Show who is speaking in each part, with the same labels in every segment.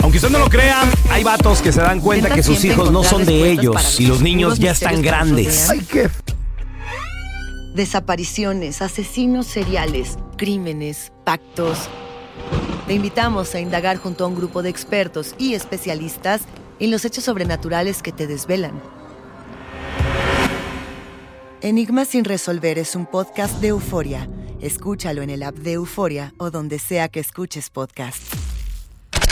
Speaker 1: Aunque usted no lo crea, hay vatos que se dan cuenta
Speaker 2: Intentan
Speaker 1: que sus
Speaker 2: siempre
Speaker 1: hijos no son de
Speaker 2: encontrar respuestas
Speaker 1: ellos
Speaker 2: para
Speaker 1: y los
Speaker 2: los
Speaker 1: niños ya
Speaker 2: misterios
Speaker 1: están
Speaker 2: que nos
Speaker 1: grandes.
Speaker 2: rodean.
Speaker 1: qué.
Speaker 2: Desapariciones, asesinos seriales, crímenes, pactos. Te invitamos a indagar junto a un grupo de expertos y especialistas en los hechos sobrenaturales que te desvelan. Enigma sin resolver es un podcast de euforia. Escúchalo en el app de Euforia o donde sea que escuches podcast.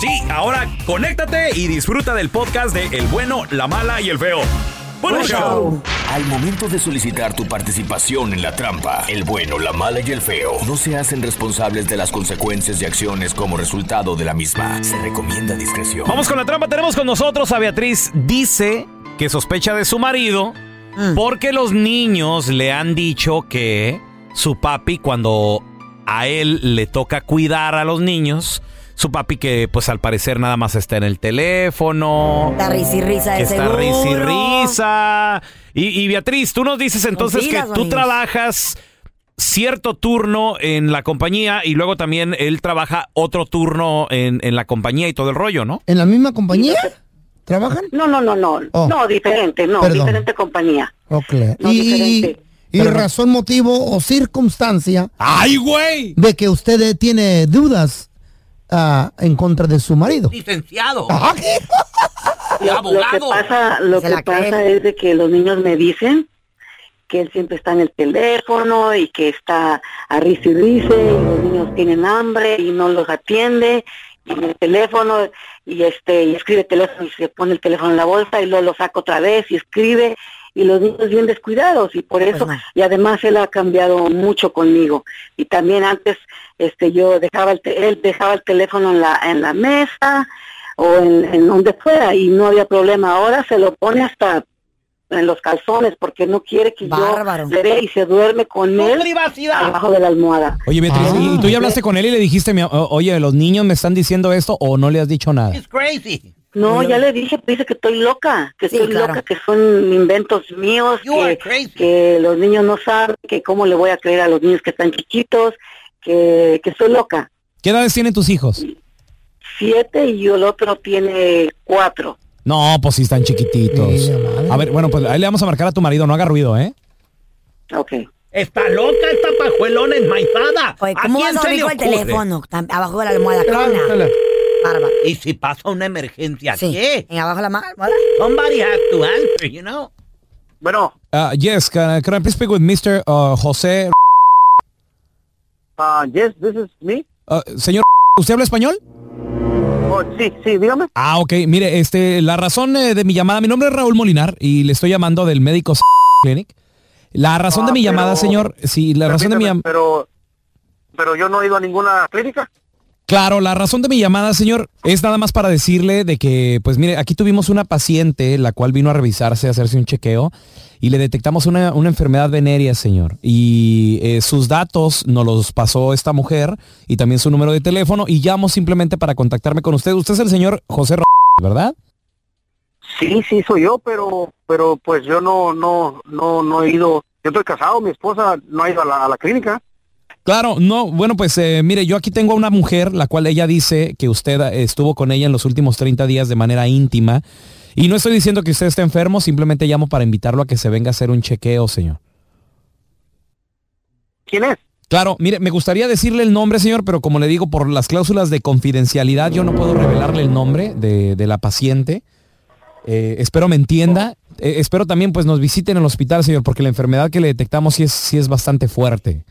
Speaker 1: Sí, ahora conéctate y disfruta del podcast de El bueno, la mala y el feo. Bueno, show.
Speaker 3: Al momento de solicitar tu participación en la trampa, el bueno, la mala y el feo no se hacen responsables de las consecuencias y acciones como resultado de la misma. Se recomienda discreción.
Speaker 1: Vamos con la trampa. Tenemos con nosotros a Beatriz. Dice que sospecha de su marido porque los niños le han dicho que su papi, cuando a él le toca cuidar a los niños, su papi que pues al parecer nada más está en el teléfono.
Speaker 4: Está risa y risa de
Speaker 1: que está
Speaker 4: seguro.
Speaker 1: risa y risa. Y, y Beatriz, tú nos dices entonces que
Speaker 4: Mentiras,
Speaker 1: tú
Speaker 4: amigos.
Speaker 1: trabajas cierto turno en la compañía y luego también él trabaja otro turno en, en la compañía y todo el rollo, ¿no?
Speaker 5: ¿En la misma compañía? ¿Trabajan?
Speaker 6: No, no, no, no.
Speaker 5: Oh.
Speaker 6: No, diferente, no,
Speaker 5: Perdón.
Speaker 6: diferente compañía.
Speaker 5: Ok.
Speaker 6: No,
Speaker 5: y
Speaker 6: diferente.
Speaker 5: y razón, motivo o circunstancia
Speaker 1: ¡Ay, güey!
Speaker 5: de que usted eh, tiene dudas ah, en contra de su marido.
Speaker 1: Licenciado.
Speaker 5: Ajá.
Speaker 6: Lo, lo que pasa, lo
Speaker 4: Se
Speaker 6: que
Speaker 4: la
Speaker 6: pasa
Speaker 4: creen.
Speaker 6: es de que los niños me dicen que él siempre está en el teléfono y que está a risa y risa y los niños tienen hambre y no los atiende y en el teléfono y este y escribe el teléfono y se pone el teléfono en la bolsa y luego lo saca otra vez y escribe y los niños bien descuidados y por eso
Speaker 4: mal.
Speaker 6: y además él ha cambiado mucho conmigo y también antes este yo dejaba el te- él dejaba el teléfono en la en la mesa o en, en donde fuera y no había problema ahora se lo pone hasta en los calzones porque no quiere que
Speaker 4: Bárbaro.
Speaker 6: yo le dé y se duerme con él abajo de la almohada
Speaker 7: Oye, Beatriz,
Speaker 5: Ah.
Speaker 7: ¿y tú ya hablaste con él y le dijiste, mi- o- oye, los niños me están diciendo esto o no le has dicho nada?
Speaker 6: No, ya le dije, pues, dice que estoy loca, que
Speaker 4: Sí,
Speaker 6: estoy
Speaker 4: claro.
Speaker 6: loca, que son inventos míos, que, que los niños no saben, que cómo le voy a creer a los niños que están chiquitos, que, que estoy loca.
Speaker 7: ¿Qué edades tienen tus hijos?
Speaker 6: Siete y el otro tiene cuatro.
Speaker 7: No, pues sí, están chiquititos.
Speaker 5: Sí, la madre.
Speaker 7: A ver, bueno, pues ahí le vamos a marcar a tu marido, no haga ruido, ¿eh?
Speaker 6: Ok.
Speaker 1: Está loca esta pajuelona enmaizada.
Speaker 4: Oye, ¿cómo vas a dormir con el teléfono? Tan- abajo de la almohada. Cana. Bárbara.
Speaker 8: Y si pasa una emergencia,
Speaker 4: Sí.
Speaker 8: ¿qué?
Speaker 4: En abajo de la ma- almohada.
Speaker 8: Somebody has to answer, you know.
Speaker 6: Bueno,
Speaker 7: Ah, yes, can, can I please speak with Mr. uh, José?
Speaker 6: ah yes, this is me. Oh,
Speaker 7: Ah, señor, ¿usted habla español?
Speaker 6: sí, sí, dígame.
Speaker 7: Ah, ok, mire, este, la razón eh, de mi llamada, mi nombre es Raúl Molinar y le estoy llamando del médico Clinic. La razón
Speaker 6: Ah,
Speaker 7: de mi llamada,
Speaker 6: pero-
Speaker 7: señor, sí, la razón de mi llamada...
Speaker 6: pero, pero yo no he ido a ninguna clínica.
Speaker 7: Claro, la razón de mi llamada, señor, es nada más para decirle de que, pues mire, aquí tuvimos una paciente la cual vino a revisarse, a hacerse un chequeo y le detectamos una, una enfermedad venérea, señor. Y eh, sus datos nos los pasó esta mujer y también su número de teléfono y llamo simplemente para contactarme con usted. Usted es el señor José Ro- ¿verdad?
Speaker 6: Sí, sí, soy yo, pero pero pues yo no no no no he ido. Yo estoy casado, mi esposa no ha ido a la, a la clínica.
Speaker 7: Claro, no, bueno, pues eh, mire, yo aquí tengo a una mujer, la cual ella dice que usted eh, estuvo con ella en los últimos 30 días de manera íntima. Y no estoy diciendo que usted esté enfermo, simplemente llamo para invitarlo a que se venga a hacer un chequeo, señor.
Speaker 6: ¿Quién es?
Speaker 7: Claro, mire, me gustaría decirle el nombre, señor, pero como le digo, por las cláusulas de confidencialidad, yo no puedo revelarle el nombre de, de la paciente. Eh, espero me entienda. Eh, espero también, pues, nos visiten en el hospital, señor, porque la enfermedad que le detectamos sí es, sí es bastante fuerte.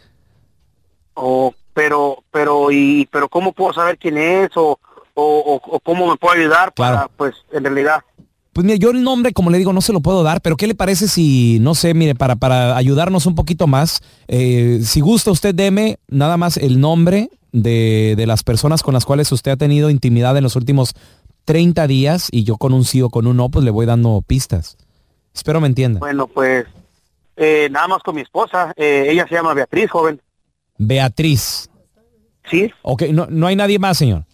Speaker 6: O pero pero y pero cómo puedo saber quién es o o, o- o cómo me puedo ayudar para
Speaker 7: Claro.
Speaker 6: pues en realidad.
Speaker 7: Pues mire, yo el nombre, como le digo, no se lo puedo dar, pero ¿qué le parece si, no sé, mire, para, para ayudarnos un poquito más, eh, si gusta usted deme nada más el nombre de, de las personas con las cuales usted ha tenido intimidad en los últimos
Speaker 9: 30 días y yo con un sí o con un no, pues le voy dando pistas. Espero me entienda.
Speaker 7: Bueno, pues eh, nada más con mi esposa. Eh, ella se llama Beatriz, joven.
Speaker 9: Beatriz.
Speaker 7: Sí.
Speaker 9: Ok, no, no hay nadie más, señor.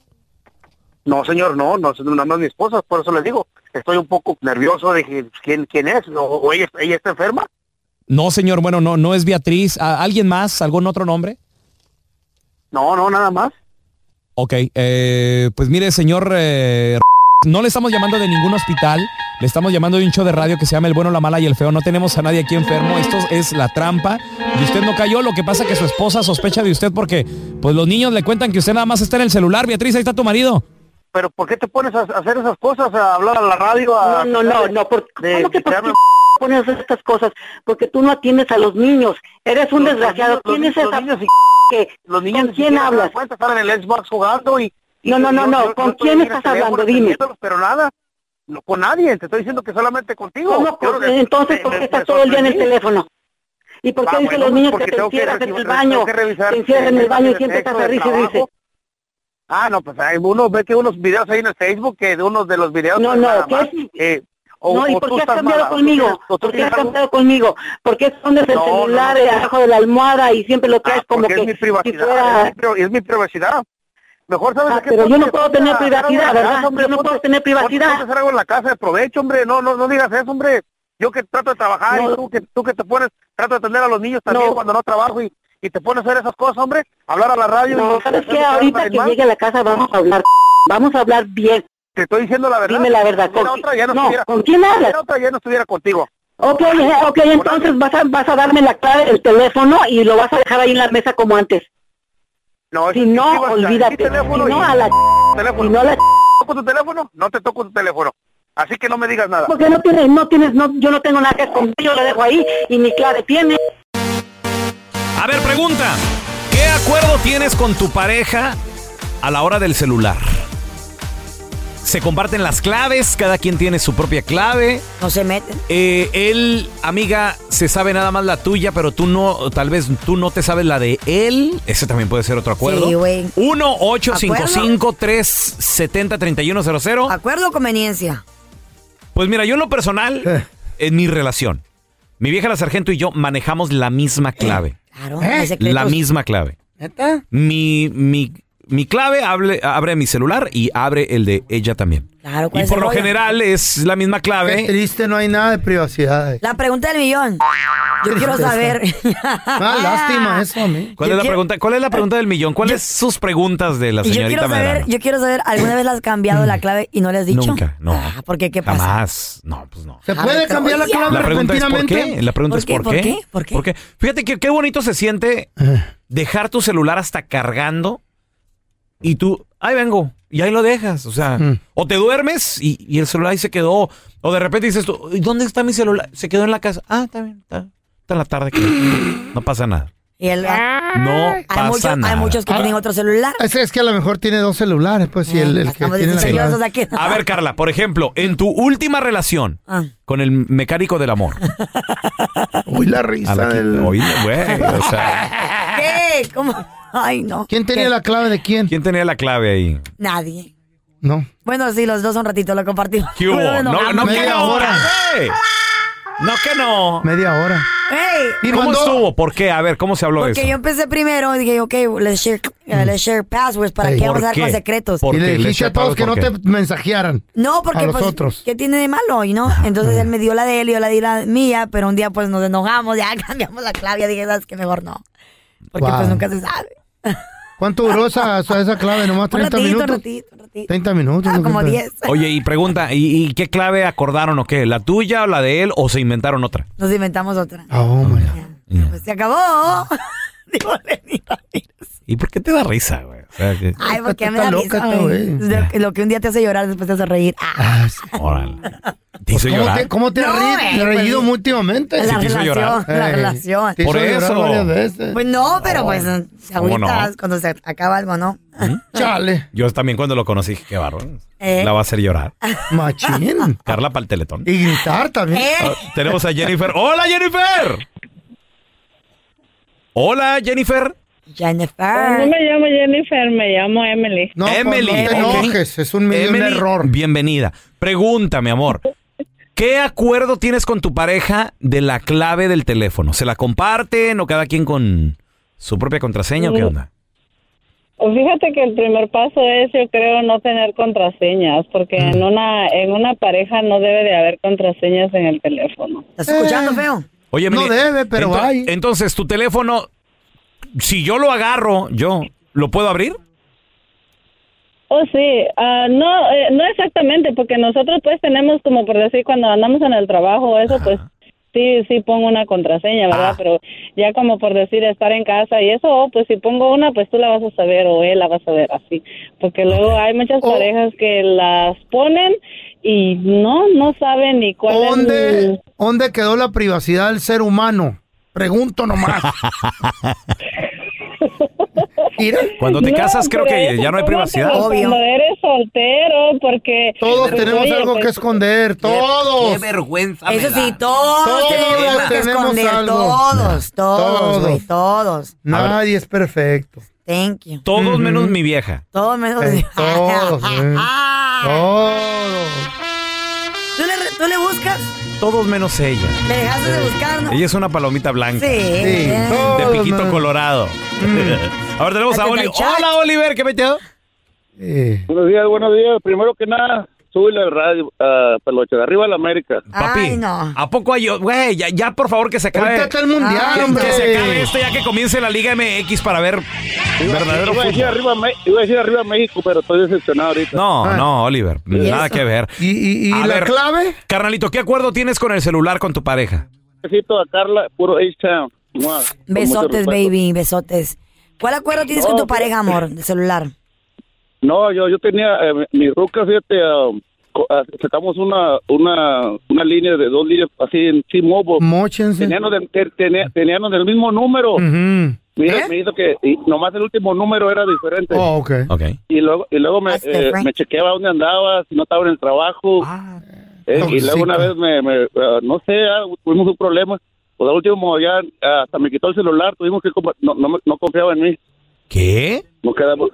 Speaker 7: No, señor, no, no, es nada más mi esposa, por eso les digo. Estoy un poco nervioso de que- quién, quién es. O, o ella, ella está enferma.
Speaker 9: No, señor, bueno, no, no es Beatriz. ¿A- ¿Alguien más? ¿Algún otro nombre?
Speaker 7: No, no, nada más.
Speaker 9: Ok, eh, pues mire, señor, eh, no le estamos llamando de ningún hospital, le estamos llamando de un show de radio que se llama El Bueno, la Mala y el Feo. No tenemos a nadie aquí enfermo, esto es la trampa. Y usted no cayó, lo que pasa que su esposa sospecha de usted porque pues los niños le cuentan que usted nada más está en el celular. Beatriz, ahí está tu marido.
Speaker 7: Pero ¿por qué te pones a a hacer esas cosas? A hablar a la radio.
Speaker 6: No,
Speaker 7: A
Speaker 6: no, no, no, ¿por,
Speaker 7: Ah, pues, de-
Speaker 6: ¿cómo que por qué
Speaker 7: quitarme-
Speaker 6: pones estas cosas? Porque tú no atiendes a los niños. Eres un
Speaker 7: Los- los
Speaker 6: desgraciado.
Speaker 7: niños- los
Speaker 6: ¿Quién es
Speaker 7: niños-
Speaker 6: esa
Speaker 7: los niños
Speaker 6: p-
Speaker 7: y-
Speaker 6: que
Speaker 7: Los niños
Speaker 6: ¿Con
Speaker 7: ni
Speaker 6: quién
Speaker 7: siquiera se dan
Speaker 6: hablas?
Speaker 7: cuenta, están en el Xbox jugando y... y
Speaker 6: No, no, no, no, ¿con
Speaker 7: estoy
Speaker 6: quién
Speaker 7: en el
Speaker 6: estás
Speaker 7: teléfono
Speaker 6: hablando? Dime.
Speaker 7: atendiéndolos, Pero nada, no con nadie, te estoy diciendo que solamente contigo.
Speaker 6: ¿Cómo
Speaker 7: Yo
Speaker 6: con-
Speaker 7: le-
Speaker 6: entonces,
Speaker 7: me-
Speaker 6: ¿por
Speaker 7: me-
Speaker 6: qué
Speaker 7: me
Speaker 6: estás todo el día en el
Speaker 7: sorprendí.
Speaker 6: teléfono? ¿Y por qué
Speaker 7: Ah,
Speaker 6: dicen
Speaker 7: bueno,
Speaker 6: los niños
Speaker 7: porque
Speaker 6: que te
Speaker 7: tengo
Speaker 6: encierras en
Speaker 7: recibo-
Speaker 6: el baño?
Speaker 7: tengo que revisar
Speaker 6: Te encierras en el
Speaker 7: temas
Speaker 6: baño y
Speaker 7: de
Speaker 6: siempre estás
Speaker 7: sexo,
Speaker 6: a
Speaker 7: de
Speaker 6: risa y
Speaker 7: trabajo.
Speaker 6: dice.
Speaker 7: Ah, no, pues hay uno ve que unos videos ahí en el Facebook que de unos de los videos...
Speaker 6: No,
Speaker 7: pues,
Speaker 6: no,
Speaker 7: nada
Speaker 6: ¿qué
Speaker 7: más,
Speaker 6: es?
Speaker 7: eh, o-
Speaker 6: no, ¿y
Speaker 7: o
Speaker 6: por
Speaker 7: tú
Speaker 6: qué has
Speaker 7: estás
Speaker 6: cambiado
Speaker 7: mala, o tú tienes-
Speaker 6: conmigo?
Speaker 7: o tú
Speaker 6: ¿Por qué
Speaker 7: tienes
Speaker 6: has
Speaker 7: algo-
Speaker 6: cambiado conmigo? ¿Por qué escondes el
Speaker 7: No, no, no.
Speaker 6: celular debajo de la almohada y siempre lo traes
Speaker 7: Ah,
Speaker 6: como
Speaker 7: porque
Speaker 6: que
Speaker 7: es mi
Speaker 6: si
Speaker 7: privacidad,
Speaker 6: fuera...
Speaker 7: es, mi, pri- es mi privacidad. Mejor sabes
Speaker 6: Ah,
Speaker 7: a qué
Speaker 6: pero yo
Speaker 7: ponte-
Speaker 6: no puedo tener
Speaker 7: ponte a hacer algo
Speaker 6: privacidad,
Speaker 7: en la
Speaker 6: ¿verdad?
Speaker 7: casa, hombre,
Speaker 6: Yo no
Speaker 7: ponte-
Speaker 6: puedo tener
Speaker 7: ponte-
Speaker 6: privacidad.
Speaker 7: ponte a hacer algo en la casa, aprovecha, hombre, no, no, no digas eso, hombre. Yo que trato de trabajar
Speaker 6: No.
Speaker 7: y tú que, tú que te pones, trato de atender a los niños también
Speaker 6: No.
Speaker 7: cuando no trabajo y, y te pones a hacer esas cosas, hombre, hablar a la radio.
Speaker 6: No,
Speaker 7: y-
Speaker 6: ¿sabes
Speaker 7: y-
Speaker 6: qué? Ahorita que
Speaker 7: animal.
Speaker 6: llegue a la casa vamos a hablar. Vamos a hablar bien.
Speaker 7: Te estoy diciendo la verdad.
Speaker 6: Dime la verdad.
Speaker 7: Si fuera
Speaker 6: ¿Con,
Speaker 7: otra, ya no,
Speaker 6: no,
Speaker 7: estuviera,
Speaker 6: ¿con quién
Speaker 7: si
Speaker 6: hablas?
Speaker 7: fuera otra, ya no estuviera contigo.
Speaker 6: Ok, eh, ok, entonces vas a, vas a darme la clave del teléfono y lo vas a dejar ahí en la mesa como antes.
Speaker 7: No,
Speaker 6: Si
Speaker 7: es-
Speaker 6: no,
Speaker 7: vas a-
Speaker 6: olvídate.
Speaker 7: mi teléfono
Speaker 6: Si no,
Speaker 7: y-
Speaker 6: a la ch-
Speaker 7: teléfono.
Speaker 6: Si no, la ch-
Speaker 7: ¿Te toco tu teléfono? No te toco tu teléfono. Así que no me digas nada.
Speaker 6: Porque no tienes, no tienes, no, yo no tengo nada que esconder, yo lo dejo ahí y mi clave tiene.
Speaker 1: A ver, pregunta. ¿Qué acuerdo tienes con tu pareja a la hora del celular? ¿Se comparten las claves? ¿Cada quien tiene su propia clave?
Speaker 4: No se meten.
Speaker 1: Eh, él, amiga, se sabe nada más la tuya, pero tú no, tal vez tú no te sabes la de él. Ese también puede ser otro acuerdo.
Speaker 4: Sí, güey.
Speaker 1: 1-855-370-3100.
Speaker 4: Acuerdo o conveniencia.
Speaker 1: Pues mira, yo en lo personal, en mi relación, mi vieja la sargento y yo manejamos la misma clave.
Speaker 5: Eh,
Speaker 4: Claro, hay secretos.
Speaker 1: ¿Eh? La misma clave.
Speaker 10: ¿Neta?
Speaker 1: Mi, mi, mi clave hable- abre mi celular y abre el de ella también.
Speaker 4: Claro, ¿cuál
Speaker 1: Y
Speaker 4: es el
Speaker 1: por lo
Speaker 4: rollo?
Speaker 1: general es la misma
Speaker 5: Qué
Speaker 1: clave.
Speaker 5: triste, no hay nada de privacidad. eh.
Speaker 4: La pregunta del millón. Yo quiero saber.
Speaker 5: Ah, lástima eso a mí.
Speaker 1: ¿Cuál
Speaker 4: Yo
Speaker 1: es la
Speaker 4: quiero-
Speaker 1: pregunta? ¿Cuál es la pregunta del millón? ¿Cuáles sus preguntas de la
Speaker 4: Y yo
Speaker 1: señorita
Speaker 4: quiero saber,
Speaker 1: Medrano?
Speaker 4: yo quiero saber, ¿alguna vez la has cambiado la clave y no le has dicho?
Speaker 1: Nunca, no.
Speaker 4: Ah, ¿Por qué? ¿Qué pasa?
Speaker 1: Jamás. No, pues no.
Speaker 5: ¿Se
Speaker 4: Ah,
Speaker 5: puede
Speaker 4: me
Speaker 5: cambiar la
Speaker 4: cago-
Speaker 5: clave
Speaker 1: La pregunta es por
Speaker 5: repentinamente?
Speaker 1: qué. La pregunta
Speaker 4: ¿Por
Speaker 1: es
Speaker 4: qué?
Speaker 1: por
Speaker 4: ¿Por
Speaker 1: qué.
Speaker 4: qué? ¿Por qué?
Speaker 1: Fíjate que qué bonito se siente dejar tu celular hasta cargando y tú, ahí vengo, y ahí lo dejas. O sea,
Speaker 5: Mm.
Speaker 1: o te duermes y, y el celular ahí se quedó. O de repente dices tú, "¿Y ¿dónde está mi celular? Se quedó en la casa. Ah, está bien, está, está en la tarde. que No pasa nada.
Speaker 4: Y el-
Speaker 1: No
Speaker 4: hay,
Speaker 1: pasa
Speaker 4: muchos, hay
Speaker 1: nada.
Speaker 4: muchos que
Speaker 5: Ah.
Speaker 4: tienen otro celular.
Speaker 5: Es, es que a lo mejor tiene dos celulares, pues, si el, el que
Speaker 4: Estamos
Speaker 5: tiene la
Speaker 4: diseñosos
Speaker 5: clave.
Speaker 4: aquí.
Speaker 1: A ver, Carla, por ejemplo, en tu última relación
Speaker 4: Ah.
Speaker 1: con el mecánico del amor.
Speaker 5: Uy, la
Speaker 1: A
Speaker 5: risa
Speaker 1: la que-
Speaker 5: del-
Speaker 1: Oye, güey, o sea,
Speaker 4: ¿Qué? ¿Cómo? Ay, no.
Speaker 5: ¿Quién tenía
Speaker 4: ¿Qué?
Speaker 5: la clave de quién?
Speaker 1: ¿quién tenía la clave ahí?
Speaker 4: Nadie.
Speaker 5: No.
Speaker 4: Bueno, sí, los dos un ratito lo compartimos.
Speaker 1: ¿Qué hubo?
Speaker 4: Pero
Speaker 1: No, no, que
Speaker 5: Media
Speaker 1: no.
Speaker 5: hora.
Speaker 1: güey. No que no.
Speaker 5: Media hora.
Speaker 4: Ey,
Speaker 5: Y
Speaker 1: ¿Cómo
Speaker 5: mandó-
Speaker 1: estuvo? ¿por qué? A ver, ¿cómo se habló de eso?
Speaker 4: porque yo empecé primero y dije, ok, let's share, eh, let's share passwords. ¿Para
Speaker 5: Mm. Ey.
Speaker 4: qué
Speaker 1: ¿Por
Speaker 4: vamos a dar
Speaker 1: qué?
Speaker 4: con secretos?
Speaker 1: ¿Por
Speaker 5: y
Speaker 1: qué?
Speaker 5: le dijiste
Speaker 1: ¿Les
Speaker 5: a todos que no
Speaker 1: chaparon
Speaker 5: te
Speaker 1: por
Speaker 5: mensajearan.
Speaker 4: No, porque
Speaker 5: A los
Speaker 4: pues,
Speaker 5: otros.
Speaker 4: ¿qué tiene de malo? Y
Speaker 1: Ah.
Speaker 4: no, entonces él me dio la de él y yo la di la mía, pero un día pues nos enojamos, ya cambiamos la clave, ya dije, ¿sabes qué? Mejor no. Porque
Speaker 5: Wow.
Speaker 4: pues nunca se sabe.
Speaker 5: ¿Cuánto duró esa, esa- esa clave? Nomás
Speaker 4: Un
Speaker 5: 30
Speaker 4: ratito, un
Speaker 5: minutos.
Speaker 4: ratito, un ratito.
Speaker 5: 30 minutos.
Speaker 4: Ah,
Speaker 5: ¿no?
Speaker 4: como
Speaker 5: ¿Qué tal?
Speaker 4: 10.
Speaker 1: Oye, y pregunta, ¿y, y qué clave acordaron o qué? ¿La tuya o la de él o se inventaron otra?
Speaker 4: Nos inventamos otra.
Speaker 5: Ah, Oh, my God.
Speaker 4: Ya. Pues se acabó. Digo, Lenny Ramírez.
Speaker 1: ¿Y por qué te da risa, güey? O sea, que-
Speaker 4: Ay, porque ya me da
Speaker 5: Está loca
Speaker 4: risa,
Speaker 5: esta
Speaker 4: güey.
Speaker 5: güey.
Speaker 4: Lo que- Lo que un día te hace llorar, después te hace reír. Ah,
Speaker 5: Ah, sí.
Speaker 1: órale. ¿Te hizo
Speaker 5: Pues, ¿Cómo
Speaker 1: llorar?
Speaker 5: te, cómo te has
Speaker 4: No,
Speaker 5: reí-
Speaker 4: eh,
Speaker 5: reído
Speaker 4: pues,
Speaker 5: últimamente?
Speaker 4: la
Speaker 1: te hizo
Speaker 4: relación,
Speaker 1: llorar.
Speaker 4: la
Speaker 5: Ey,
Speaker 4: relación.
Speaker 5: te hizo
Speaker 1: Por
Speaker 5: llorar
Speaker 1: eso.
Speaker 5: varias veces.
Speaker 4: Pues no, pero pues se
Speaker 1: ¿Cómo no?
Speaker 4: agüitas cuando se acaba algo, ¿no?
Speaker 5: Chale,
Speaker 1: Yo también cuando lo conocí dije, qué barro.
Speaker 4: Eh.
Speaker 1: La va a hacer llorar.
Speaker 5: machín.
Speaker 1: Carla para el teletón.
Speaker 5: Y gritar también.
Speaker 4: Eh,
Speaker 1: Ah, Tenemos a Jennifer. ¡Hola, Jennifer! ¡Hola, Jennifer!
Speaker 4: Jennifer. Ah.
Speaker 11: No me llamo Jennifer, me llamo Emily.
Speaker 5: No, pues,
Speaker 1: Emily.
Speaker 5: no te
Speaker 1: ok.
Speaker 5: enojes, es un, un
Speaker 1: Emily,
Speaker 5: error.
Speaker 1: Bienvenida. Pregunta, mi amor. ¿Qué acuerdo tienes con tu pareja de la clave del teléfono? ¿Se la comparten o cada quien con su propia contraseña o
Speaker 4: Uh,
Speaker 1: qué onda?
Speaker 11: Pues Fíjate que el primer paso es, yo creo, no tener contraseñas, porque
Speaker 5: Mm.
Speaker 11: en una en una pareja no debe de haber contraseñas en el teléfono.
Speaker 4: ¿Estás escuchando, feo?
Speaker 1: Oye,
Speaker 5: Eh, No
Speaker 1: Emily,
Speaker 5: debe, pero
Speaker 1: ento-
Speaker 5: hay.
Speaker 1: Entonces, tu teléfono, si yo lo agarro, yo, ¿lo puedo abrir?
Speaker 11: Oh, sí, ah, no eh, no exactamente, porque nosotros pues tenemos como por decir cuando andamos en el trabajo, eso pues sí sí pongo una contraseña, ¿verdad?
Speaker 1: Ah.
Speaker 11: Pero ya como por decir estar en casa y eso, oh, pues si pongo una, pues tú la vas a saber o él la vas a ver así, porque luego hay muchas
Speaker 5: Oh.
Speaker 11: parejas que las ponen y no no saben ni cuál es el-
Speaker 4: Eh.
Speaker 5: ¿Dónde, ¿Dónde quedó la privacidad del ser humano? Pregunto nomás. Mira,
Speaker 1: Cuando te
Speaker 11: No,
Speaker 1: casas, creo
Speaker 11: pero
Speaker 1: que
Speaker 11: eso
Speaker 1: ya no hay
Speaker 11: póngatelo
Speaker 1: privacidad.
Speaker 4: Obvio.
Speaker 11: Cuando eres soltero, porque.
Speaker 5: todos
Speaker 11: pues,
Speaker 5: tenemos
Speaker 11: oye,
Speaker 5: algo
Speaker 11: pues,
Speaker 5: que esconder,
Speaker 8: Qué
Speaker 5: todos.
Speaker 8: vergüenza. me
Speaker 4: Eso
Speaker 8: da.
Speaker 4: sí, todos,
Speaker 5: Todos
Speaker 4: tenemos que
Speaker 5: tenemos
Speaker 4: esconder.
Speaker 5: algo.
Speaker 4: Todos, todos,
Speaker 5: Todos.
Speaker 4: güey, todos.
Speaker 5: Nadie es perfecto. Mm.
Speaker 4: Thank you.
Speaker 1: Todos
Speaker 5: Ujú.
Speaker 1: menos mi vieja.
Speaker 4: Todos menos.
Speaker 5: Eh, todos, eh. Todos.
Speaker 4: ¿Tú, le, tú le buscas?
Speaker 1: Todos menos ella.
Speaker 4: ¿Me dejaste de buscar? No.
Speaker 1: Ella es una palomita blanca.
Speaker 5: Sí,
Speaker 4: Sí.
Speaker 1: De
Speaker 5: todos, Mm.
Speaker 1: piquito
Speaker 5: man.
Speaker 1: colorado. A ver, tenemos a
Speaker 4: Atenta
Speaker 1: Oliver.
Speaker 4: al chat.
Speaker 1: Hola, Oliver, ¿qué metido?
Speaker 5: Eh,
Speaker 12: Buenos días, buenos días. Primero que nada, sube la radio, ah, pelocha, de arriba a la América.
Speaker 1: Papi,
Speaker 4: Ay, no.
Speaker 1: ¿a poco hay... Güey, ya, ya, por favor, que se acabe...
Speaker 5: Ahorita está el mundial,
Speaker 4: Ay,
Speaker 5: hombre.
Speaker 1: Que se acabe esto ya que comience la Liga MX para ver verdadero
Speaker 12: Iba a decir
Speaker 1: fútbol.
Speaker 12: arriba, Me- iba a decir arriba México, pero estoy decepcionado ahorita.
Speaker 1: No,
Speaker 5: Ah.
Speaker 1: no, Oliver, nada
Speaker 4: eso?
Speaker 1: que ver.
Speaker 5: ¿Y, y- y
Speaker 1: A
Speaker 5: la
Speaker 1: ver.
Speaker 5: clave?
Speaker 1: Carnalito, ¿qué acuerdo tienes con el celular con tu pareja?
Speaker 12: Besito a Carla, puro H-Town. Mua, con mucho
Speaker 4: Besotes,
Speaker 12: respeto.
Speaker 4: baby, besotes. ¿Cuál acuerdo tienes con
Speaker 12: No,
Speaker 4: tu
Speaker 1: pues,
Speaker 12: pero-
Speaker 4: pareja,
Speaker 1: eh,
Speaker 4: amor, de celular?
Speaker 12: No, yo, yo tenía eh, mi- mi ruca, fíjate, ah, co- ah, sacamos una, una, una línea de dos líneas así en T-Mobile.
Speaker 5: Móchense.
Speaker 12: Teníamos, del- te- tenía- teníamos el mismo número.
Speaker 5: Ujú. ¿Eh?
Speaker 12: Mira, me hizo que y nomás el último número era diferente.
Speaker 5: Oh, ok.
Speaker 1: Ok.
Speaker 12: Y luego, y luego me,
Speaker 5: Ah,
Speaker 4: That's
Speaker 5: este,
Speaker 12: eh,
Speaker 4: different.
Speaker 12: me chequeaba dónde andaba, si no estaba en el trabajo.
Speaker 5: Ah,
Speaker 12: Eh, y luego una
Speaker 5: Tóxica.
Speaker 12: vez me, me, ah, no sé, ah, tuvimos un problema. Pues al último ya ah, hasta me quitó el celular, tuvimos que, compa- no, no, me- no confiaba en mí.
Speaker 1: ¿Qué?
Speaker 12: Nos quedamos.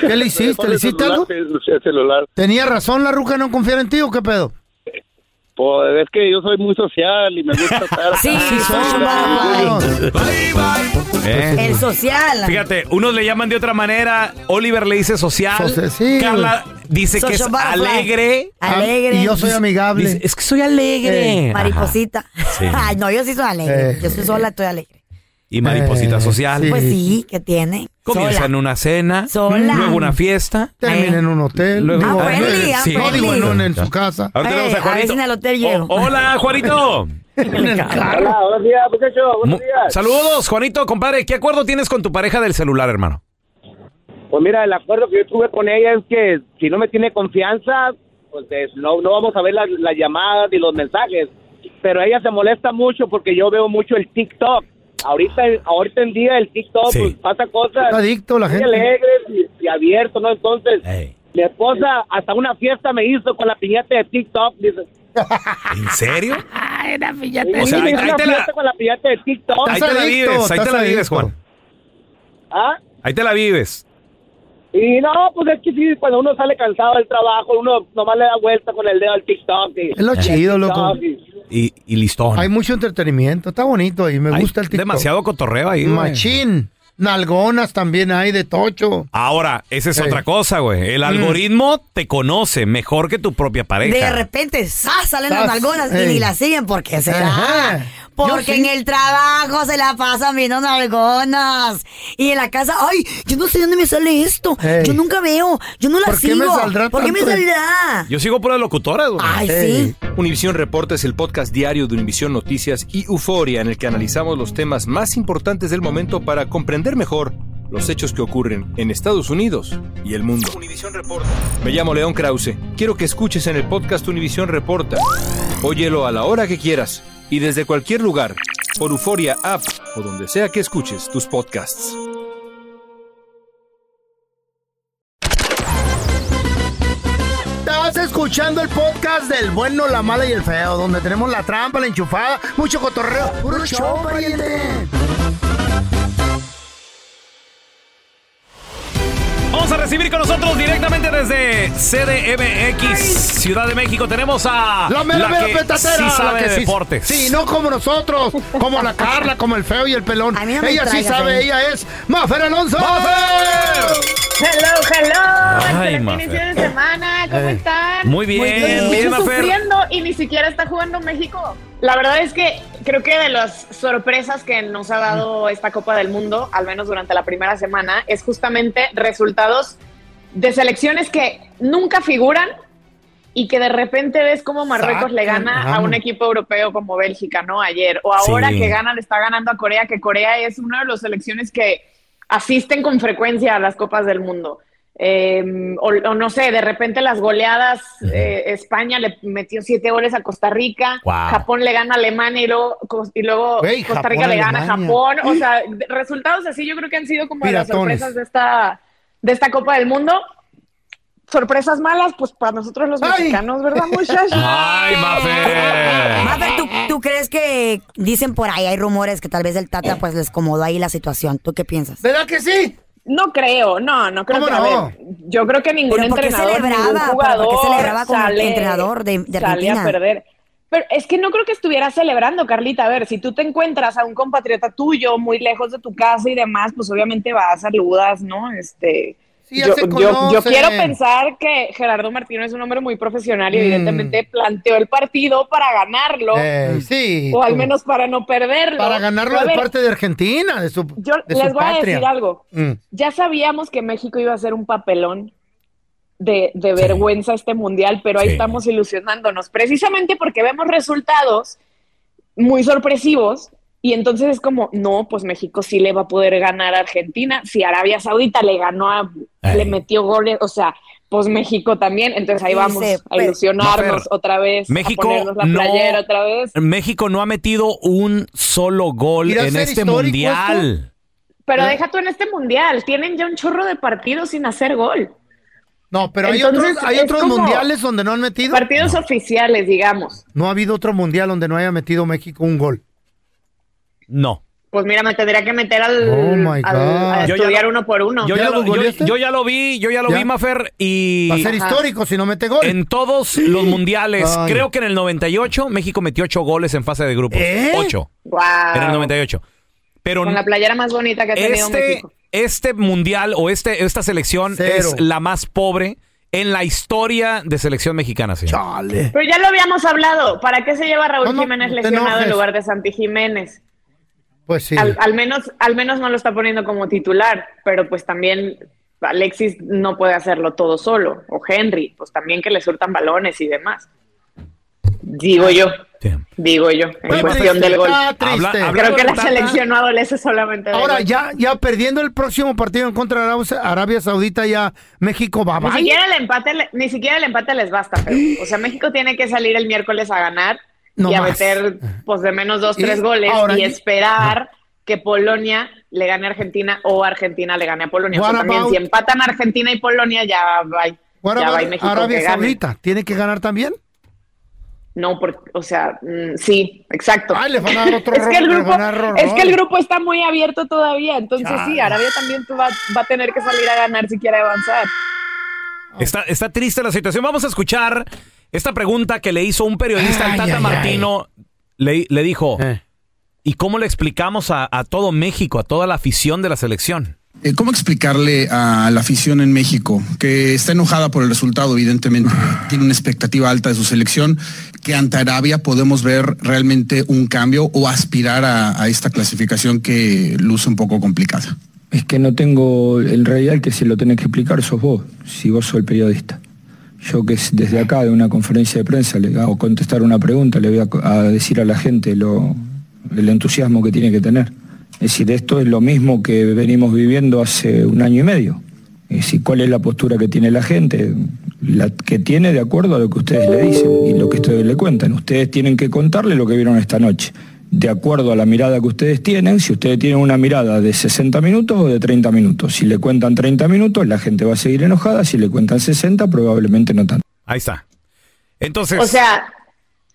Speaker 5: ¿Qué le hiciste? ¿Le hiciste algo?
Speaker 12: El celular.
Speaker 5: ¿Tenía razón la ruca no confiar en ti o qué pedo?
Speaker 12: Pues es que yo soy muy social y me gusta estar.
Speaker 4: Sí,
Speaker 12: Ah,
Speaker 4: sí,
Speaker 12: ah,
Speaker 4: son
Speaker 12: ah,
Speaker 4: bárbaros.
Speaker 5: Pues
Speaker 1: Eh.
Speaker 4: El social.
Speaker 1: Fíjate, unos le llaman de otra manera, Oliver le dice social,
Speaker 5: Socia- sí,
Speaker 1: Carla dice que es
Speaker 4: Social butterfly.
Speaker 1: alegre.
Speaker 4: Alegre.
Speaker 5: Y yo soy amigable.
Speaker 1: Dice, es que soy alegre.
Speaker 5: Eh,
Speaker 1: Ajá.
Speaker 4: Mariposita.
Speaker 1: Sí.
Speaker 4: Ay, no, yo sí soy alegre.
Speaker 5: Eh.
Speaker 4: Yo soy sola, estoy alegre.
Speaker 1: Y mariposita
Speaker 5: Eh,
Speaker 1: social.
Speaker 5: sí.
Speaker 4: Pues sí, ¿qué tiene?
Speaker 1: Comienza en
Speaker 4: Sola. Eh,
Speaker 1: una cena,
Speaker 4: Sola.
Speaker 1: luego una fiesta.
Speaker 5: Termina en un hotel.
Speaker 1: Luego- Ah,
Speaker 5: Digo,
Speaker 4: Ah, friendly, ah,
Speaker 5: eh, no digo en,
Speaker 4: friendly.
Speaker 5: un- en su casa.
Speaker 1: Ahora
Speaker 4: Ey,
Speaker 1: tenemos
Speaker 4: a
Speaker 1: a
Speaker 4: ver
Speaker 1: Juanito.
Speaker 4: si en el hotel llego.
Speaker 1: Oh, hola, Juanito.
Speaker 12: Hola, Ah, buenos días, muchachos.
Speaker 1: Mu-
Speaker 12: Buenos días.
Speaker 1: Saludos, Juanito, compadre. ¿Qué acuerdo tienes con tu pareja del celular, hermano?
Speaker 12: Pues mira, el acuerdo que yo tuve con ella es que si no me tiene confianza, pues es- no, no vamos a ver las, las llamadas ni los mensajes. Pero ella se molesta mucho porque yo veo mucho el TikTok. Ahorita, ahorita en día el TikTok
Speaker 1: Sí.
Speaker 12: pues, pasa cosas
Speaker 5: Está adicto la
Speaker 12: muy
Speaker 5: gente.
Speaker 12: alegres y, y abierto, ¿no? Entonces,
Speaker 1: Ey.
Speaker 12: mi esposa hasta una fiesta me hizo con la piñata de TikTok. Dice,
Speaker 1: ¿En serio?
Speaker 12: o
Speaker 1: sea, ahí- ahí
Speaker 12: una
Speaker 1: te la-
Speaker 12: fiesta con la piñata de TikTok.
Speaker 1: Ahí te la
Speaker 5: adicto,
Speaker 1: vives, ahí te
Speaker 5: estás
Speaker 1: la vives,
Speaker 5: adicto.
Speaker 1: Juan.
Speaker 12: ¿Ah?
Speaker 1: Ahí te la vives.
Speaker 12: Y no, pues es que sí, cuando uno sale cansado del trabajo, uno nomás le da vuelta con el dedo al TikTok. y-
Speaker 5: Es lo chido, loco.
Speaker 12: TikTok y-
Speaker 1: Y, y listón.
Speaker 5: Hay mucho entretenimiento. Está bonito ahí. Me
Speaker 1: Hay
Speaker 5: gusta el TikTok.
Speaker 1: Demasiado cotorreo ahí. güey.
Speaker 5: Machín. Nalgonas también hay de tocho.
Speaker 1: Ahora, esa es
Speaker 5: Ey.
Speaker 1: otra cosa, güey.
Speaker 5: Mm.
Speaker 1: El algoritmo te conoce mejor que tu propia pareja.
Speaker 4: De repente, ¡zas! salen las
Speaker 5: ¡Zas!
Speaker 4: nalgonas y
Speaker 5: Ey.
Speaker 4: ni la siguen. ¿Por qué será?
Speaker 5: Ajá. Yo
Speaker 4: Porque
Speaker 5: sí.
Speaker 4: en el trabajo se la pasan viendo nalgonas. Y en la casa, ¡ay! Yo no sé dónde me sale esto.
Speaker 5: Ey.
Speaker 4: Yo nunca veo. Yo no la
Speaker 5: ¿Por qué
Speaker 4: sigo.
Speaker 5: me saldrá
Speaker 4: ¿Por qué me
Speaker 5: tanto de-
Speaker 4: saldrá?
Speaker 1: Yo sigo por las locutoras, güey.
Speaker 4: Ay, sí.
Speaker 5: Ey.
Speaker 13: Univisión Reporta es el podcast diario de Univisión Noticias y Euforia en el que analizamos los temas más importantes del momento para comprender mejor los hechos que ocurren en Estados Unidos y el mundo. Me llamo León Krause. Quiero que escuches en el podcast Univisión Reporta. Óyelo a la hora que quieras y desde cualquier lugar por Euforia App o donde sea que escuches tus podcasts.
Speaker 5: Estás escuchando el podcast del bueno, la mala y el feo, donde tenemos la trampa, la enchufada, mucho cotorreo. ¡Puro show, pariente!
Speaker 1: recibir con nosotros directamente desde CDMX, Ciudad de México. Tenemos a
Speaker 5: La mera, mera
Speaker 1: Ah, que
Speaker 5: petatera.
Speaker 1: sí sabe
Speaker 5: la que
Speaker 1: de
Speaker 5: sí-
Speaker 1: deportes.
Speaker 5: Sí, no como nosotros, como la Carla, como el feo y el pelón.
Speaker 1: no me
Speaker 5: ella sí
Speaker 1: traigas ¿eh?
Speaker 5: sabe,
Speaker 1: ahí.
Speaker 5: ella es Mafer Alonso.
Speaker 14: Hello, hello.
Speaker 5: Ay,
Speaker 14: Excelente
Speaker 5: Mafer.
Speaker 14: inicio de semana. ¿Cómo
Speaker 5: Ay.
Speaker 14: están?
Speaker 5: Muy bien,
Speaker 14: Estoy
Speaker 5: bien, Mafer.
Speaker 14: sufriendo y ni siquiera está jugando México. La verdad es que creo que de las sorpresas que nos ha dado esta Copa del Mundo, al menos durante la primera semana, es justamente resultados de selecciones que nunca figuran y que de repente ves cómo Marruecos le gana a un
Speaker 15: vamos.
Speaker 14: equipo europeo como Bélgica, ¿no? Ayer. O ahora
Speaker 15: Sí.
Speaker 14: que gana, le está ganando a Corea, que Corea es una de las selecciones que asisten con frecuencia a las Copas del Mundo. Eh, o, o no sé, de repente las goleadas, eh, España le metió siete goles a Costa Rica,
Speaker 15: Wow.
Speaker 14: Japón le gana a Alemania y luego, cos- y luego
Speaker 15: Güey,
Speaker 14: Costa
Speaker 15: Japón,
Speaker 14: Rica le gana
Speaker 15: Alemania.
Speaker 14: a Japón. O sea, de- resultados así yo creo que han sido como de las
Speaker 15: Piratones.
Speaker 14: sorpresas de esta, de esta Copa del Mundo. Sorpresas malas, pues para nosotros los mexicanos, ¿verdad, muchachos?
Speaker 1: Ay, Mafer.
Speaker 4: Mafer, ¿tú, tú crees que dicen por ahí, hay rumores que tal vez el Tata pues les acomodó ahí la situación? ¿Tú qué piensas?
Speaker 5: ¿Verdad que sí?
Speaker 14: No creo, no, no creo
Speaker 4: ¿Cómo
Speaker 14: que a
Speaker 4: no?
Speaker 14: ver, yo creo que ningún
Speaker 4: Pero ¿por qué
Speaker 14: entrenador,
Speaker 4: celebraba?
Speaker 14: ningún
Speaker 4: ¿Pero por qué
Speaker 14: jugador
Speaker 4: celebraba como
Speaker 14: sale-
Speaker 4: entrenador de- de
Speaker 14: sale
Speaker 4: Argentina?
Speaker 14: a perder. Pero es que no creo que estuviera celebrando, Carlita. A ver, si tú te encuentras a un compatriota tuyo muy lejos de tu casa y demás, pues obviamente vas, saludas, ¿no? Este,
Speaker 15: ya
Speaker 14: yo,
Speaker 15: se
Speaker 14: yo- yo
Speaker 15: conocen.
Speaker 14: quiero pensar que Gerardo Martino es un hombre muy profesional y
Speaker 15: Mm.
Speaker 14: evidentemente planteó el partido para ganarlo.
Speaker 5: Eh, sí,
Speaker 14: O al
Speaker 5: como-
Speaker 14: menos para no perderlo.
Speaker 5: Para ganarlo
Speaker 14: Pero a
Speaker 5: de
Speaker 14: ver,
Speaker 5: parte de Argentina, de su
Speaker 14: Yo
Speaker 5: de su
Speaker 14: les voy
Speaker 5: patria.
Speaker 14: a decir algo
Speaker 5: Mm.
Speaker 14: ya sabíamos que México iba a ser un papelón de, de vergüenza este mundial, pero ahí
Speaker 15: Sí.
Speaker 14: estamos ilusionándonos, precisamente porque vemos resultados muy sorpresivos y entonces es como, no, pues México sí le va a poder ganar a Argentina, si Arabia Saudita le ganó a, le metió goles, o sea, pues México también, entonces ahí
Speaker 15: Sí,
Speaker 14: vamos
Speaker 15: se
Speaker 14: a ilusionarnos
Speaker 1: Mafer,
Speaker 14: otra vez,
Speaker 1: México
Speaker 14: a ponernos la
Speaker 1: no-
Speaker 14: playera otra vez.
Speaker 1: México no ha metido un solo gol
Speaker 14: ¿Irá a
Speaker 1: en
Speaker 14: ser
Speaker 1: este
Speaker 14: histórico
Speaker 1: mundial.
Speaker 14: Pero deja tú en este mundial, tienen ya un chorro de partidos sin hacer gol.
Speaker 5: No, pero hay
Speaker 14: Entonces,
Speaker 5: otros, hay
Speaker 14: es
Speaker 5: otros
Speaker 14: como
Speaker 5: mundiales donde no han metido.
Speaker 14: Partidos oficiales, digamos.
Speaker 5: No ha habido otro mundial donde no haya metido México un gol.
Speaker 1: No.
Speaker 14: Pues mira, me tendría que meter al,
Speaker 5: Oh my
Speaker 14: al- a
Speaker 5: God. Yo ya
Speaker 14: estudiar
Speaker 5: lo-
Speaker 14: uno por uno.
Speaker 1: Yo, ya lo, yo- yo ya lo vi, yo ya lo
Speaker 5: este? ¿Ya?
Speaker 1: vi, Mafer, y...
Speaker 5: Va a ser histórico si no mete gol.
Speaker 1: En todos los mundiales,
Speaker 5: Ay.
Speaker 1: creo que en el 98, México metió 8 goles en fase de grupos.
Speaker 14: ¿Eh?
Speaker 1: 8.
Speaker 14: Guau.
Speaker 1: En el 98. Pero
Speaker 14: Con la playera más bonita que ha tenido
Speaker 1: este,
Speaker 14: México.
Speaker 1: este mundial o este, esta selección
Speaker 5: Cero.
Speaker 1: es la más pobre en la historia de selección mexicana, señor.
Speaker 5: Chale.
Speaker 14: Pero ya lo habíamos hablado. ¿Para qué se lleva Raúl
Speaker 5: No, no,
Speaker 14: Jiménez
Speaker 5: no te
Speaker 14: lesionado en
Speaker 5: enojes.
Speaker 14: lugar de Santi Jiménez?
Speaker 5: Pues sí.
Speaker 14: Al, al menos, al menos no lo está poniendo como titular, pero pues también Alexis no puede hacerlo todo solo. O Henry, pues también que le surtan balones y demás. Digo yo. Digo yo, en
Speaker 5: Está
Speaker 14: cuestión
Speaker 5: triste,
Speaker 14: del gol.
Speaker 5: pues, está triste. Habla-
Speaker 14: Creo
Speaker 5: hablando
Speaker 14: que
Speaker 5: del
Speaker 14: la
Speaker 5: Tata-
Speaker 14: selección no adolece solamente de
Speaker 5: Ahora
Speaker 14: gol.
Speaker 5: ya, ya perdiendo el próximo partido en contra de Arabia- Arabia Saudita, ya México va
Speaker 14: Ni
Speaker 5: bye.
Speaker 14: siquiera, el empate, le- ni siquiera el empate les basta, pero, o sea, México tiene que salir el miércoles a ganar
Speaker 5: No
Speaker 14: y a
Speaker 5: más.
Speaker 14: meter pues de menos dos,
Speaker 5: Y
Speaker 14: tres goles
Speaker 5: ahora-
Speaker 14: y esperar que Polonia le gane a Argentina o Argentina le gane a Polonia. O sea,
Speaker 5: What
Speaker 14: también
Speaker 5: about-
Speaker 14: si empatan Argentina y Polonia ya va
Speaker 5: What
Speaker 14: ya
Speaker 5: about
Speaker 14: va y México
Speaker 5: Arabia
Speaker 14: que gane.
Speaker 5: Saudita tiene que ganar también.
Speaker 14: No, porque, o sea, mm, sí, exacto.
Speaker 5: Ay, le van a dar otro
Speaker 14: es, que el
Speaker 5: ro- le
Speaker 14: grupo,
Speaker 5: van a dar
Speaker 14: es que el
Speaker 5: rolón.
Speaker 14: grupo está muy abierto todavía, entonces sí,
Speaker 1: Chale.
Speaker 14: Arabia también tú va, va a tener que salir a ganar si quiere avanzar.
Speaker 1: Está, está triste la situación. Vamos a escuchar esta pregunta que le hizo un periodista al Tata Martino. Le, le dijo,
Speaker 5: Eh.
Speaker 1: ¿y cómo le explicamos a, a todo México, a toda la afición de la selección?
Speaker 16: Eh, ¿Cómo explicarle a la afición en México que está enojada por el resultado, evidentemente? Tiene una expectativa alta de su selección, que ante Arabia podemos ver realmente un cambio o aspirar a, a esta clasificación que luce un poco complicada.
Speaker 17: Es que no tengo, en realidad el que se lo tiene que explicar sos vos, si vos sos el periodista. Yo que es- desde acá, de una conferencia de prensa, le, o contestar una pregunta, le voy a, co- a decir a la gente lo, el entusiasmo que tiene que tener. Es decir, esto es lo mismo que venimos viviendo hace un año y medio. Es decir, cuál es la postura que tiene la gente, la que tiene de acuerdo a lo que ustedes le dicen y lo que ustedes le cuentan. Ustedes tienen que contarle lo que vieron esta noche de acuerdo a la mirada que ustedes tienen, si ustedes tienen una mirada de 60 minutos o de 30 minutos. Si le cuentan 30 minutos, la gente va a seguir enojada, si le cuentan 60, probablemente no tanto.
Speaker 1: Ahí está. Entonces,
Speaker 14: O sea,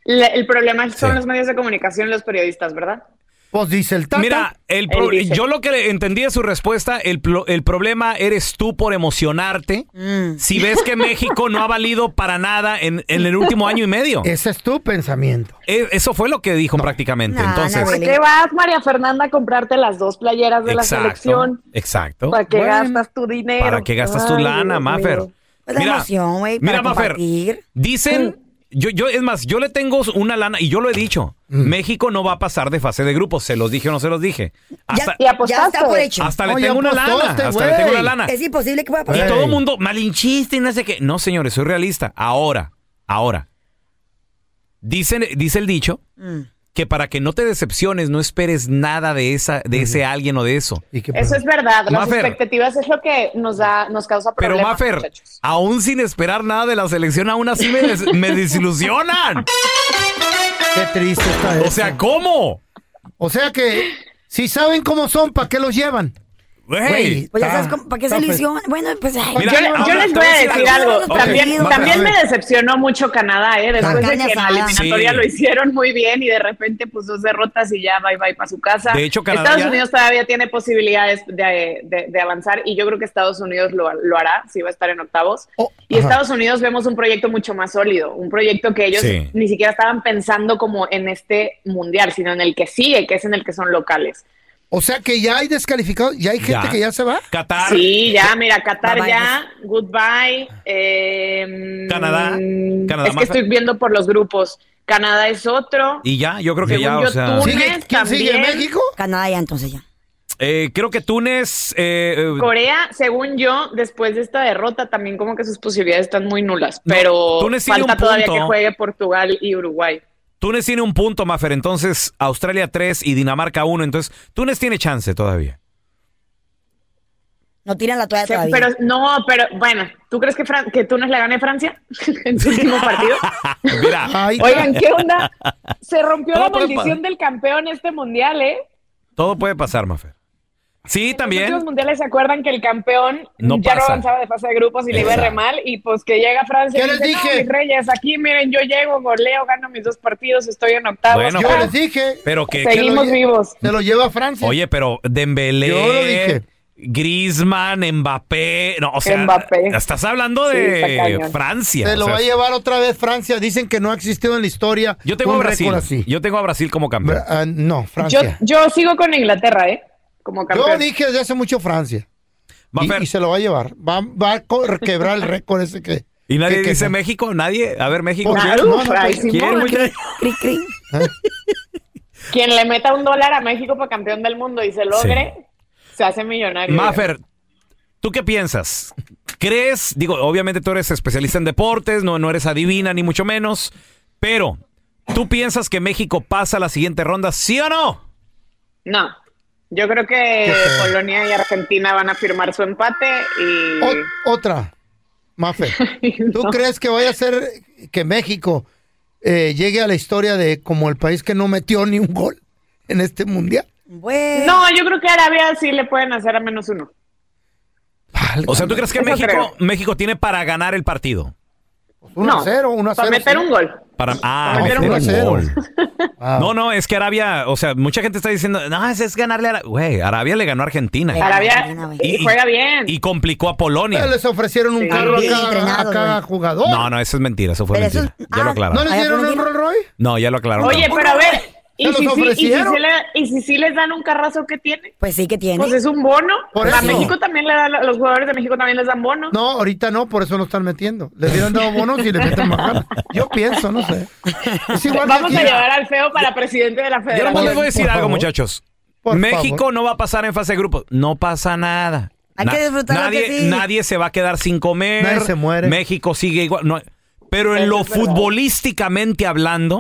Speaker 14: le- el problema son los medios de comunicación, los periodistas, ¿verdad?
Speaker 5: Pues dice el Tata.
Speaker 1: Mira, el pro- yo lo que entendí de su respuesta, el, plo- el problema eres tú por emocionarte
Speaker 4: Mm.
Speaker 1: si ves que México no ha valido para nada en, en el último año y medio.
Speaker 5: Ese es tu pensamiento.
Speaker 1: E- Eso fue lo que dijo prácticamente. Entonces,
Speaker 14: ¿Para qué vas, María Fernanda, a comprarte las dos playeras de la
Speaker 1: exacto,
Speaker 14: selección?
Speaker 1: exacto.
Speaker 14: ¿Para qué gastas tu dinero?
Speaker 1: ¿Para qué gastas tu
Speaker 14: Ay,
Speaker 1: lana,
Speaker 14: Dios
Speaker 1: Mafer?
Speaker 14: mío.
Speaker 4: Pues la emoción, güey, para
Speaker 1: mira,
Speaker 4: Mm.
Speaker 1: Mafer, dicen, yo, yo, es más, yo le tengo una lana y yo lo he dicho. México no va a pasar de fase de grupos. Se los dije o no se los dije. Hasta,
Speaker 4: Ya está por hecho.
Speaker 1: hasta le tengo una lana.
Speaker 5: este
Speaker 1: Hasta le tengo una lana.
Speaker 4: Es imposible que pueda
Speaker 1: Y
Speaker 4: pasar.
Speaker 1: todo el mundo, malinchista y no sé qué. No, señores, soy realista. Ahora, ahora. Dicen, dice el dicho
Speaker 4: Mm.
Speaker 1: que para que no te decepciones, no esperes nada de, esa, de ese alguien o de eso.
Speaker 14: Eso es verdad. Las
Speaker 1: Mafer.
Speaker 14: expectativas es lo que nos da, nos causa
Speaker 1: Pero
Speaker 14: problemas.
Speaker 1: Mafer, aún sin esperar nada de la selección, aún así me, des- me desilusionan.
Speaker 5: Qué triste está
Speaker 1: O sea, ¿cómo?
Speaker 5: O sea que si saben cómo son, ¿para qué los llevan? Güey,
Speaker 4: Pues ya
Speaker 5: está-
Speaker 4: sabes, cómo- ¿para qué
Speaker 5: está
Speaker 4: se
Speaker 5: feo.
Speaker 4: lesiona? Bueno, pues... ay,
Speaker 5: Mira,
Speaker 14: yo, yo
Speaker 5: ahora
Speaker 14: les
Speaker 5: te
Speaker 14: voy a decir algo.
Speaker 5: Ok,
Speaker 14: También,
Speaker 5: Mafer,
Speaker 14: también
Speaker 5: a ver.
Speaker 14: me decepcionó mucho Canadá, ¿eh? Después de
Speaker 4: carne
Speaker 14: que en la
Speaker 4: asada.
Speaker 14: eliminatoria
Speaker 1: Sí.
Speaker 14: lo hicieron muy bien y de repente, pues dos derrotas y ya bye bye para su casa.
Speaker 1: De hecho, Canadá
Speaker 14: Estados
Speaker 1: ya-
Speaker 14: Unidos todavía tiene posibilidades de, de- de avanzar y yo creo que Estados Unidos lo, lo hará, si va a estar en octavos. y
Speaker 15: ajá.
Speaker 14: Estados Unidos vemos un proyecto mucho más sólido, un proyecto que ellos
Speaker 15: Sí.
Speaker 14: ni siquiera estaban pensando como en este mundial, sino en el que sigue, que es en el que son locales.
Speaker 5: O sea que ya hay descalificados, ya hay gente
Speaker 1: Ya.
Speaker 5: que ya se va.
Speaker 1: Qatar.
Speaker 14: Sí, ya, mira, Qatar
Speaker 5: Bye-bye.
Speaker 14: ya, goodbye. eh,
Speaker 1: Canadá.
Speaker 14: mm,
Speaker 1: Canadá
Speaker 14: es
Speaker 1: más-
Speaker 14: que estoy viendo por los grupos. Canadá es otro.
Speaker 1: Y ya, yo creo que
Speaker 14: Según
Speaker 1: ya,
Speaker 14: yo,
Speaker 1: o sea.
Speaker 14: Túnez también.
Speaker 4: Canadá ya, entonces ya.
Speaker 1: Eh, creo que Túnez. eh, eh,
Speaker 14: Corea, según yo, después de esta derrota, también como que sus posibilidades están muy nulas. Pero
Speaker 1: Túnez tiene
Speaker 14: falta
Speaker 1: un
Speaker 14: todavía
Speaker 1: punto.
Speaker 14: que juegue Portugal y Uruguay.
Speaker 1: Túnez tiene un punto, Mafer. Entonces, Australia 3 y Dinamarca 1. Entonces, Túnez tiene chance todavía.
Speaker 4: No tiran la toalla
Speaker 14: Sí,
Speaker 4: todavía.
Speaker 14: pero no, pero bueno, ¿tú crees que, Fran- que Túnez le gane a Francia en su último partido?
Speaker 1: Mira.
Speaker 14: Oigan, ¿qué onda? Se rompió
Speaker 1: Todo
Speaker 14: la
Speaker 1: puede
Speaker 14: maldición del campeón este mundial, ¿eh?
Speaker 1: Todo puede pasar, Mafer. Sí,
Speaker 14: En los
Speaker 1: también.
Speaker 14: últimos mundiales se acuerdan que el campeón
Speaker 1: No
Speaker 14: ya
Speaker 1: pasa.
Speaker 14: no avanzaba de fase de grupos y le iba re
Speaker 1: Exacto.
Speaker 14: mal y pues que llega Francia
Speaker 5: ¿Qué
Speaker 14: y
Speaker 5: les
Speaker 14: dice, "No,
Speaker 5: dije?
Speaker 14: mis reyes, aquí miren, yo llego, goleo, gano mis dos partidos, estoy en octavos. Ah,
Speaker 1: Bueno,
Speaker 14: Ya,
Speaker 1: pero-
Speaker 5: Les dije.
Speaker 1: Pero que.
Speaker 14: Seguimos vivos.
Speaker 5: Se lo lleva a Francia.
Speaker 1: Oye, pero
Speaker 5: Yo lo dije.
Speaker 1: Dembélé, Griezmann, Mbappé, no, o sea,
Speaker 5: Mbappé.
Speaker 1: estás hablando
Speaker 5: Sí,
Speaker 1: de
Speaker 5: está cañón.
Speaker 1: Francia.
Speaker 5: Se
Speaker 1: o
Speaker 5: lo
Speaker 1: sea,
Speaker 5: va a llevar otra vez Francia. Dicen que no ha existido en la historia.
Speaker 1: Yo tengo a
Speaker 5: un
Speaker 1: Brasil.
Speaker 5: récord así.
Speaker 1: Yo tengo a Brasil como campeón.
Speaker 5: Ah, no,
Speaker 14: yo,
Speaker 5: Francia.
Speaker 14: yo sigo con Inglaterra, ¿eh? Como
Speaker 5: Yo,
Speaker 14: campeón.
Speaker 5: dije desde hace mucho Francia. Y, y se lo va a llevar. Va, va a co- quebrar el récord ese que.
Speaker 1: Y nadie
Speaker 5: que- que-
Speaker 1: dice México, nadie. A ver, México.
Speaker 5: Pues,
Speaker 1: ¿quién?
Speaker 5: claro, No, no, pues,
Speaker 1: ¿Quién,
Speaker 5: Simón,
Speaker 1: muchachos?
Speaker 14: Quien le meta un dólar a México para campeón del mundo y se logre, se hace millonario.
Speaker 1: Mafer, ¿tú qué piensas? ¿Crees? Digo, obviamente tú eres especialista en deportes, no, no eres adivina, ni mucho menos. Pero, ¿tú piensas que México pasa a la siguiente ronda, sí o no?
Speaker 14: No. Yo creo que Polonia y Argentina van a firmar su empate y...
Speaker 5: Otra, Mafe. ¿Tú crees que vaya a ser que México eh, llegue a la historia de como el país que no metió ni un gol en este mundial?
Speaker 14: No, yo creo que a Arabia sí le pueden hacer a menos uno.
Speaker 1: O sea, ¿tú crees que
Speaker 14: Eso
Speaker 1: México,
Speaker 14: creo.
Speaker 1: México tiene para ganar el partido?
Speaker 5: 1
Speaker 14: no,
Speaker 5: 0, 1
Speaker 14: Para meter un gol.
Speaker 1: Para, ah,
Speaker 14: meter
Speaker 1: meter
Speaker 14: un
Speaker 1: un
Speaker 14: gol.
Speaker 1: gol. No, no, es que Arabia, o sea, mucha gente está diciendo, no, es, es ganarle a Arabia. Güey, Arabia le ganó a Argentina.
Speaker 14: Arabia
Speaker 1: Y-
Speaker 14: juega bien.
Speaker 1: Y complicó a Polonia.
Speaker 5: Les ofrecieron un
Speaker 14: Sí.
Speaker 5: carro a
Speaker 14: Bien
Speaker 5: cada,
Speaker 14: entrenado,
Speaker 5: a cada
Speaker 14: güey.
Speaker 5: jugador.
Speaker 1: No, no, eso es mentira, eso fue
Speaker 5: Pero eso
Speaker 1: mentira. Ya lo aclararon.
Speaker 5: ¿No les dieron un Rolls Royce?
Speaker 1: No, ya lo aclararon.
Speaker 14: Oye, pero a ver, ¿y
Speaker 5: los
Speaker 14: si, sí, y, si
Speaker 5: ofrecieron?
Speaker 14: sí le- y si sí les dan un carrazo que tiene?
Speaker 4: Pues sí que tiene.
Speaker 14: Pues es un bono.
Speaker 5: Por
Speaker 14: a
Speaker 5: eso.
Speaker 14: México también le dan, a los jugadores de México también les dan bono.
Speaker 5: No, ahorita no, por eso no están metiendo. Les hubieran dado bonos y les meten más. ganas. Yo pienso, no sé. Es
Speaker 1: Pues
Speaker 5: igual que
Speaker 14: Vamos a
Speaker 5: aquí.
Speaker 14: llevar al feo para presidente de la
Speaker 1: Yo
Speaker 14: federación.
Speaker 1: nomás les voy a decir
Speaker 5: Por
Speaker 1: algo,
Speaker 5: favor.
Speaker 1: muchachos.
Speaker 5: Por
Speaker 1: México
Speaker 5: favor.
Speaker 1: no va a pasar en fase de grupos. No pasa nada.
Speaker 4: Hay que disfrutar lo
Speaker 1: nadie,
Speaker 4: que sí.
Speaker 1: nadie se va a quedar sin comer.
Speaker 5: Nadie se muere.
Speaker 1: México sigue igual. no. pero en
Speaker 5: Eso
Speaker 1: lo
Speaker 5: es verdad.
Speaker 1: futbolísticamente hablando,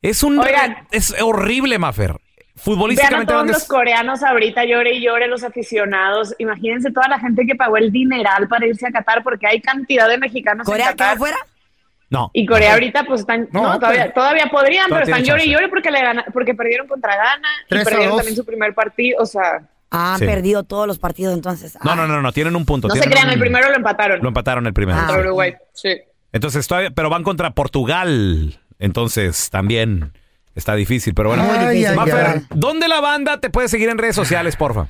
Speaker 1: es un
Speaker 14: Oigan.
Speaker 1: es horrible, Mafer.
Speaker 14: Vean a
Speaker 1: Futbolísticamente
Speaker 14: todos
Speaker 1: hablando.
Speaker 14: los
Speaker 1: es-
Speaker 14: coreanos ahorita llore y llore los aficionados. Imagínense toda la gente que pagó el dineral para irse a Qatar porque hay cantidad de mexicanos
Speaker 4: ¿Corea
Speaker 14: en Qatar.
Speaker 4: quedó fuera?
Speaker 1: No.
Speaker 14: Y Corea ahorita pues están
Speaker 1: No,
Speaker 14: no,
Speaker 1: pero-
Speaker 14: todavía todavía podrían,
Speaker 1: Todavía
Speaker 14: pero están
Speaker 1: tiene
Speaker 14: llore y
Speaker 1: chance.
Speaker 14: llore porque le gana- porque perdieron contra Ghana y
Speaker 1: Tres a
Speaker 14: perdieron
Speaker 1: dos.
Speaker 14: también su primer partido, o sea,
Speaker 4: Ah, han
Speaker 1: Sí.
Speaker 4: perdido todos los partidos entonces.
Speaker 1: No, no, no, no, tienen un
Speaker 14: Ah.
Speaker 1: punto.
Speaker 14: no se
Speaker 1: tienen
Speaker 14: crean,
Speaker 1: un-
Speaker 14: el primero lo empataron Ah.
Speaker 1: Lo empataron el primero.
Speaker 14: contra
Speaker 1: sí.
Speaker 14: Uruguay. Sí.
Speaker 1: Entonces, todavía- pero van contra Portugal. Entonces, también Está difícil, pero bueno.
Speaker 14: Muy difícil.
Speaker 1: Mafer,
Speaker 14: ay.
Speaker 1: ¿dónde la banda te puede seguir en redes sociales, porfa?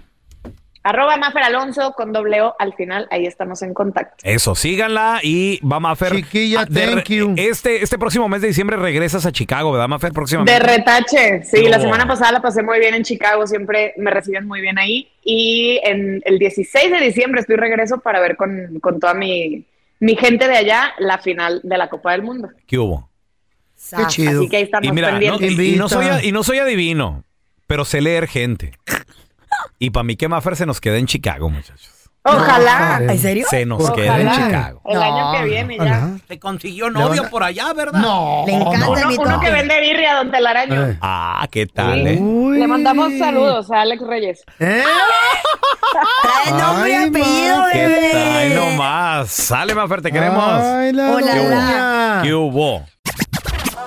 Speaker 14: Arroba Mafer Alonso con doble O al final, ahí estamos en contacto.
Speaker 1: Eso, síganla y va Mafer. Chiquilla, thank you. Este, este próximo mes de diciembre regresas a Chicago, ¿verdad, Mafer? Próximamente.
Speaker 14: De retache, sí, la
Speaker 1: No.
Speaker 14: semana pasada la pasé muy bien en Chicago, siempre me reciben muy bien ahí. Y en el 16 de diciembre estoy regreso para ver con, con toda mi, mi gente de allá la final de la Copa del Mundo.
Speaker 1: ¿Qué hubo?
Speaker 14: Qué chido. Así que ahí estamos
Speaker 1: y mira, no,
Speaker 14: pendientes.
Speaker 1: y- y no soy,
Speaker 14: Invita.
Speaker 1: y no soy adivino, pero sé leer gente. Y para mí que Mafer se nos queda en Chicago, muchachos.
Speaker 14: Ojalá.
Speaker 1: ¿En serio? Se nos queda en Chicago.
Speaker 14: El año que viene ya.
Speaker 8: Se consiguió
Speaker 1: Le van
Speaker 8: novio
Speaker 1: a-
Speaker 8: por allá, ¿verdad?
Speaker 1: No. Le encanta
Speaker 14: Uno-
Speaker 1: mi
Speaker 14: uno,
Speaker 1: toque.
Speaker 14: que vende birria, don Telaraño.
Speaker 1: Ah, ¿qué tal,
Speaker 14: Sí.
Speaker 1: eh?
Speaker 14: Le mandamos saludos a Alex Reyes.
Speaker 5: ¿Eh?
Speaker 14: Trae
Speaker 1: nombre
Speaker 14: y apellido,
Speaker 1: ¿Qué tal nomás? Sale, Mafer, te queremos.
Speaker 5: Ay, la
Speaker 1: ¿Qué hubo?
Speaker 4: doña.
Speaker 1: ¿Qué hubo?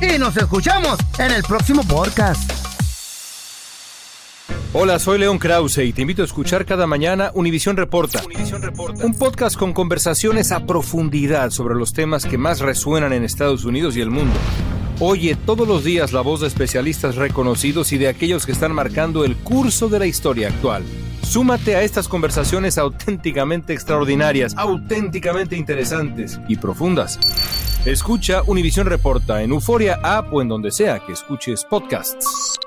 Speaker 5: Y nos escuchamos en el próximo podcast.
Speaker 13: Hola, soy León Krause y te invito a escuchar cada mañana Univisión Reporta. Un podcast con conversaciones a profundidad sobre los temas que más resuenan en Estados Unidos y el mundo. Oye todos los días la voz de especialistas reconocidos y de aquellos que están marcando el curso de la historia actual. Súmate a estas conversaciones auténticamente extraordinarias, auténticamente interesantes y profundas. Escucha Univisión Reporta en Euforia App o en donde sea que escuches podcasts.